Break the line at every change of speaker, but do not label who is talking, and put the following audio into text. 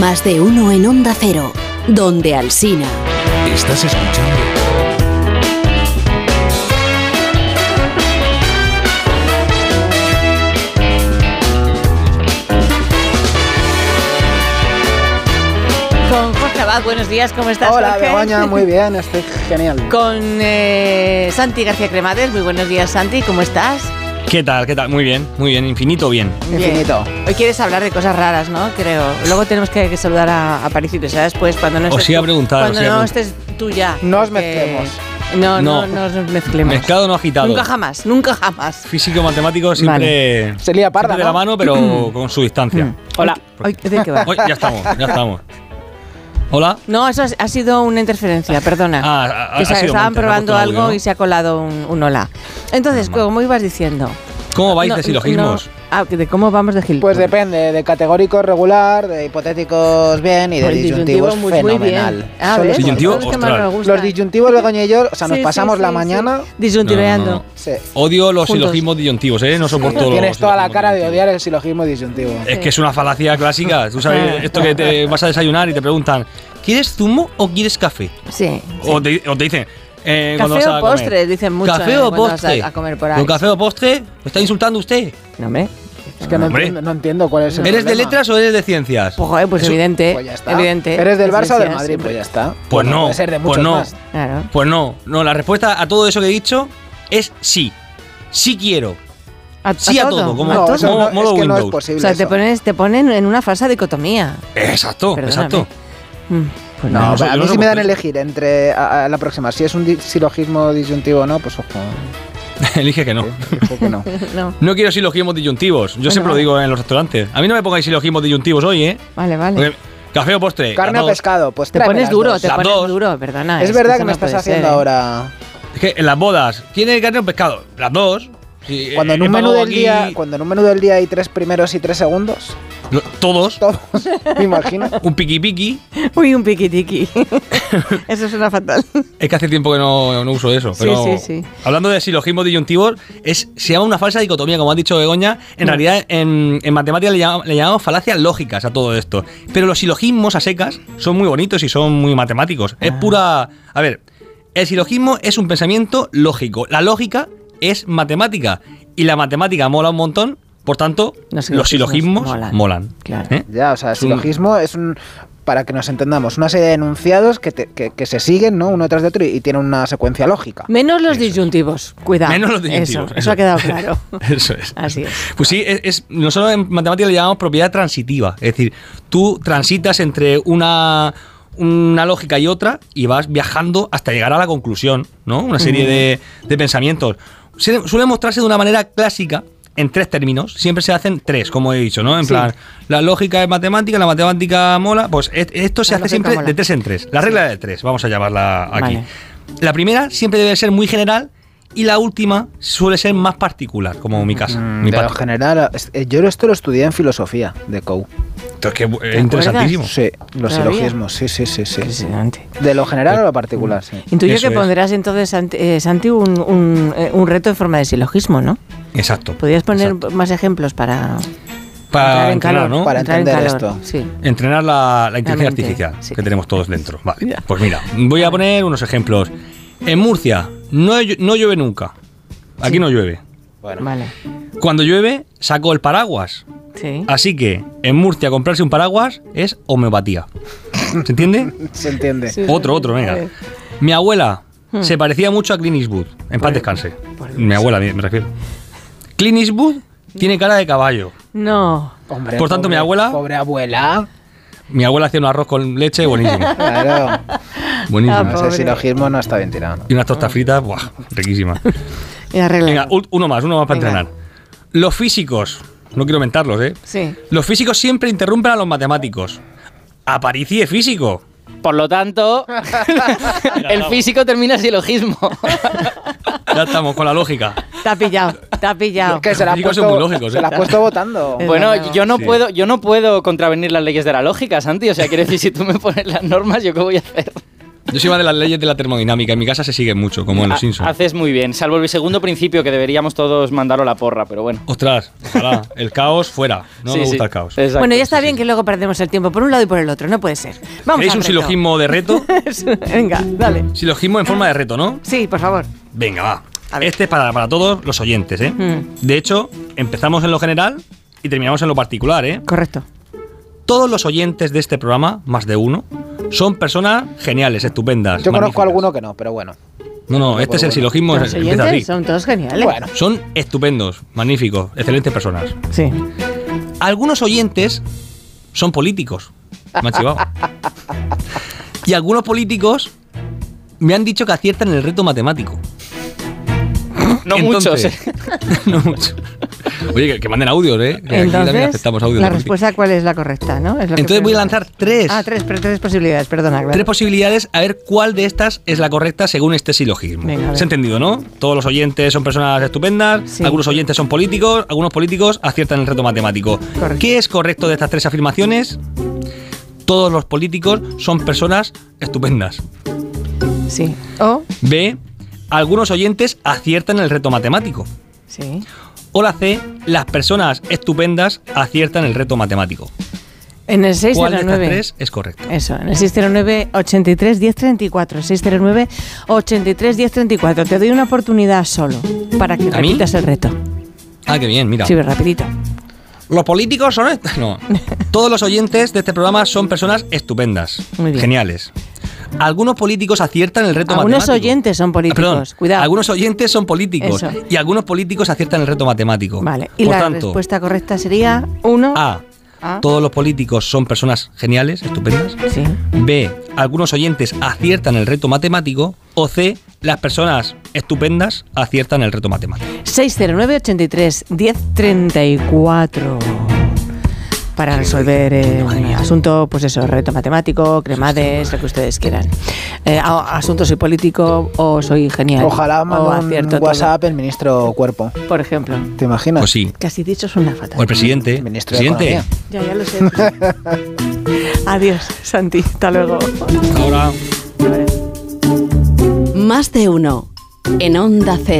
Más de uno en Onda Cero, donde Alsina.
Estás escuchando.
Con Jorge Abad, buenos días, ¿cómo estás?
Hola,
Jorge?
Begoña, muy bien, estoy genial.
Con eh, Santi García Cremades, muy buenos días, Santi, ¿cómo estás?
¿Qué tal? ¿Qué tal? Muy bien, muy bien, infinito bien.
Bien.
Infinito.
Hoy quieres hablar de cosas raras, ¿no? Creo. Luego tenemos que, que saludar a, a París y Luisa después pues, cuando no
Os
estés,
iba a
tú-
preguntar,
cuando
os iba a
no estés tú ya.
No os
porque-
mezclemos.
No, no, no,
No.
nos mezclemos.
Mezclado no agitado.
Nunca jamás, nunca jamás.
Físico, matemático, siempre,
Se lía parda,
siempre de la
¿no? Mm.
mano, pero con su distancia.
Hola.
Ay, ¿de qué va?
Uy, ya estamos, ya estamos. Hola.
No, eso ha- ha sido una interferencia, perdona.
Ah, ha- ha
Que se-
sido
estaban
monte,
probando
ha puesto el
algo
audio, ¿no?
y se ha colado un, un hola. Entonces,
Normal.
como ibas diciendo.
¿Cómo vais
No,
de silogismos?
no- ah, de cómo vamos de gil.
Pues depende, de categórico regular, de hipotéticos bien y de
Por Pues el disyuntivo
disyuntivos
muy- muy bien.
fenomenal.
Ah,
Son
¿ves?
los,
Disyuntivo,
Son los que más
ostras.
me gustan.
los disyuntivos, Begoña y yo, o sea, nos
Sí, sí,
pasamos la
sí, sí.
mañana.
Disyuntiveando.
No, no, no.
Sí.
Odio los
Juntos.
silogismos disyuntivos, ¿eh? No soporto los
Tienes toda la
silogismos
cara de
disyuntivos.
odiar el silogismo disyuntivo.
Es que es una falacia clásica. Tú sabes, esto que te vas a desayunar y te preguntan, ¿quieres zumo o quieres café?
Sí.
O, te, o te dicen. eh, cuando
Café
vas
o
a comer.
postre, dicen mucho,
Café
eh,
o
cuando vas a-
postre.
a comer por ahí.
¿Con café o postre? ¿Me está insultando usted?
No, hombre.
Es que no,
Hombre.
entiendo, no entiendo cuál es el
¿Eres de
problema.
letras o eres de ciencias?
Pues, joder, pues
Eso-
evidente.
Pues ya está.
Evidente.
¿Eres del
Pues
Barça o del
decías,
Madrid? Pues ya está.
Pues no,
Puede ser de
pues
muchos
no.
más.
Claro.
Pues no, no, la respuesta a todo eso que he dicho es sí. Sí quiero.
A,
Ah, Sí a todo, como-
a
No,
todo.
eso
Modo-
no,
modo
es que no es
Windows.
O
posible.
sea, te
eso.
pones, te ponen en una falsa dicotomía.
Exacto,
Perdóname.
exacto.
Mm, pues
No,
No,
pero
yo
a
no
mí
lo
si me dan a
comprendo.
elegir entre a- a la próxima, si es un di- silogismo disyuntivo o no, pues ojo,
Elige que no.
ojo que no.
no.
No quiero silogismos disyuntivos. Yo siempre lo digo en los restaurantes. A mí no me pongáis silogismos disyuntivos hoy, ¿eh?
Vale, vale.
Porque café o postre.
Carne
a
o
todos.
pescado, pues
te
tráeme
pones
las
duro,
dos.
te
Las
pones
dos.
duro, perdona.
Es
que
verdad
eso
que
no
me estás
puede ser,
haciendo
¿eh?
ahora.
Es que en las bodas, ¿quiere carne o pescado? Las dos. Sí,
Cuando
eh,
en un
he
menú
pagado
del
aquí
día, cuando en un menú del día hay tres primeros y tres segundos,
lo- Todos.
todos, me imagino.
Un piqui piqui.
Uy, un piquitiqui. Eso suena fatal.
Es que hace tiempo que no, no uso eso.
Sí,
Pero
sí, sí.
Hablando de silogismos disyuntivos, es, se llama una falsa dicotomía, como ha dicho Begoña. En
Mm.
realidad, en, en matemáticas le, llam- le llamamos falacias lógicas a todo esto. Pero los silogismos a secas son muy bonitos y son muy matemáticos. Es
Ah.
pura. A ver, el silogismo es un pensamiento lógico. La lógica es matemática. Y la matemática mola un montón. Por tanto,
Los silogismos
los, silogismos
molan.
molan.
Claro.
¿Eh?
Ya, o sea,
Es un-
silogismo es un. Para que nos entendamos, una serie de enunciados que, te- que, que se siguen, ¿no? Uno tras de otro y, y tienen una secuencia lógica.
Mm,
Menos los disyuntivos, cuidado.
Menos los
Eso,
disyuntivos,
Eso,
eso.
ha quedado claro.
Eso es.
Así es.
Pues sí, es, es- nosotros en matemáticas le llamamos propiedad transitiva. Es decir, tú transitas entre una, una lógica y otra y vas viajando hasta llegar a la conclusión, ¿no? Una serie de, de pensamientos. Se- suele mostrarse de una manera clásica en tres términos. Siempre se hacen tres, como he dicho, ¿no? En
Sí.
plan, la lógica es matemática, la matemática mola. Pues e- esto se
La lógica
hace siempre
mola.
de tres en tres. La regla de tres, vamos a llamarla aquí.
Vale.
La primera siempre debe ser muy general. Y la última suele ser más particular, como mi casa,
Mm,
mi
de lo
patio.
general, es- eh, yo esto lo estudié en filosofía de Coe.
Esto es que
acuerdas?
es interesantísimo.
Sí, los
¿Todavía?
silogismos, sí, sí, sí, sí.
Impresionante.
De lo general a lo particular, sí.
Intuyo
Eso
que
es.
pondrás entonces, Santi, eh, Santi, un, un, eh, un reto en forma de silogismo, ¿no?
Exacto.
Podrías poner
Exacto.
más ejemplos para entrar
para
en calor,
entrenar, ¿no?
Para
entrar en
entender
calor,
esto.
Sí.
Entrenar la, la inteligencia
mente,
artificial
sí.
que tenemos todos dentro. Vale.
Ya.
Pues mira, voy a poner unos ejemplos. En Murcia no, llo- no llueve nunca. Aquí no llueve.
Vale.
Cuando llueve, saco el paraguas.
Sí.
Así que en Murcia comprarse un paraguas es homeopatía. ¿Se entiende?
Se entiende.
Sí. Hmm.
Otro, otro, venga. Mi abuela se parecía mucho a Clint Eastwood. En paz descanse. Mi abuela, me me refiero. Clint Eastwood tiene cara de caballo.
No.
Hombre,
Por tanto, mi
pobre-
abuela-
Pobre abuela.
Mi abuela hacía un arroz con leche buenísimo.
Claro.
Buenísimo.
Ah,
Ese
Pobre.
silogismo no está bien tirado.
Y unas tostas fritas, buah, riquísima.
Y arregla.
Venga, ul- uno más, uno más para
Venga.
entrenar. Los físicos, no quiero mentarlos, ¿eh?
Sí.
Los físicos siempre interrumpen a los matemáticos. Aparici es físico.
Por lo tanto, el
estamos.
físico termina silogismo.
Ya estamos con la lógica.
Te ha pillado, te ha pillado.
Que se la ha
Los chicos son
puesto,
muy lógicos,
se
¿eh?
la ha puesto votando.
Desde luego.
bueno, yo no
Sí.
puedo, yo no puedo contravenir las leyes de la lógica, Santi. O sea, quiero decir, si tú me pones las normas, ¿yo qué voy a hacer?
Yo soy más de las leyes de la termodinámica. En mi casa se sigue mucho, como en los
Ha-
Simpsons.
Haces muy bien, salvo el segundo principio que deberíamos todos mandarlo a la porra, pero bueno.
Ostras, ojalá. El caos fuera. No
Sí,
me gusta
sí.
el caos.
Exacto,
bueno, ya está
sí,
bien
sí.
que luego perdemos el tiempo por un lado y por el otro, no puede ser. Vamos
¿Queréis
al reto.
un silogismo de reto?
Venga, dale.
Silogismo en forma de reto, ¿no?
Sí, por favor.
Venga, va.
A ver.
Este es para, para todos los oyentes, ¿eh?
Mm.
De hecho, empezamos en lo general y terminamos en lo particular, ¿eh?
Correcto.
Todos los oyentes de este programa, más de uno, son personas geniales, estupendas.
Yo conozco
magníficas.
a alguno que no, pero bueno.
No, no, este es el silogismo.
Los
es- empieza
oyentes
así.
son todos geniales.
Bueno,
Son estupendos, magníficos, excelentes personas.
Sí.
Algunos oyentes son políticos. Me ha chivado. Y algunos políticos me han dicho que aciertan el reto matemático.
No
Entonces-
muchos. ¿eh?
no mucho. Oye, que, que manden audios, ¿eh? Que aquí también
Entonces,
aceptamos audios.
la
de políticos.
respuesta cuál es la correcta, ¿no? Es lo que
Entonces voy a lanzar tres,
Ah, tres, pre- tres posibilidades, perdona. claro.
tres posibilidades a ver cuál de estas es la correcta según este silogismo.
Venga, a ver.
¿Se ha entendido, no? Todos los oyentes son personas estupendas,
Sí.
algunos oyentes son políticos, algunos políticos aciertan el reto matemático.
Correcto.
¿Qué es correcto de estas tres afirmaciones? Todos los políticos son personas estupendas.
Sí. O,
B. Algunos oyentes aciertan el reto matemático.
sí.
O la C. Las personas estupendas aciertan el reto matemático.
En el
¿Cuál de estas
609.
tres es correcta?
Eso, en el 609 83 1034, 609 83 1034. Te doy una oportunidad solo para que
¿A mí?
repitas el reto.
Ah, qué bien, mira.
Sí, ve, rapidito.
Los políticos son... est- No. Todos los oyentes de este programa son personas estupendas.
Muy bien.
Geniales. Algunos políticos aciertan el reto
Algunos
matemático.
oyentes son políticos,
Ah, perdón.
cuidado.
Algunos oyentes son políticos.
Eso.
Y algunos políticos aciertan el reto matemático.
Vale, y
Por
la
tanto, Ah,
respuesta ¿Ah? correcta sería 1
A.
A.
Todos los políticos son personas geniales, estupendas.
Sí.
B. Algunos oyentes aciertan el reto matemático. O C. Las personas estupendas aciertan el reto matemático.
609 83 1034. Para resolver eh, asunto, pues eso, reto matemático, cremades, lo que ustedes quieran. Eh, a- asunto soy político o soy genial.
ojalá
o
mande
acierto
un
todo,
WhatsApp el ministro Cuerpo.
por ejemplo.
¿Te imaginas?
O sí.
Casi dicho es una fatal.
O el presidente.
Ministro de
presidente.
Economía.
Ya, ya lo sé. Adiós, Santi. Hasta luego.
¿eh?
Ahora.
Más de uno. En Onda Cero.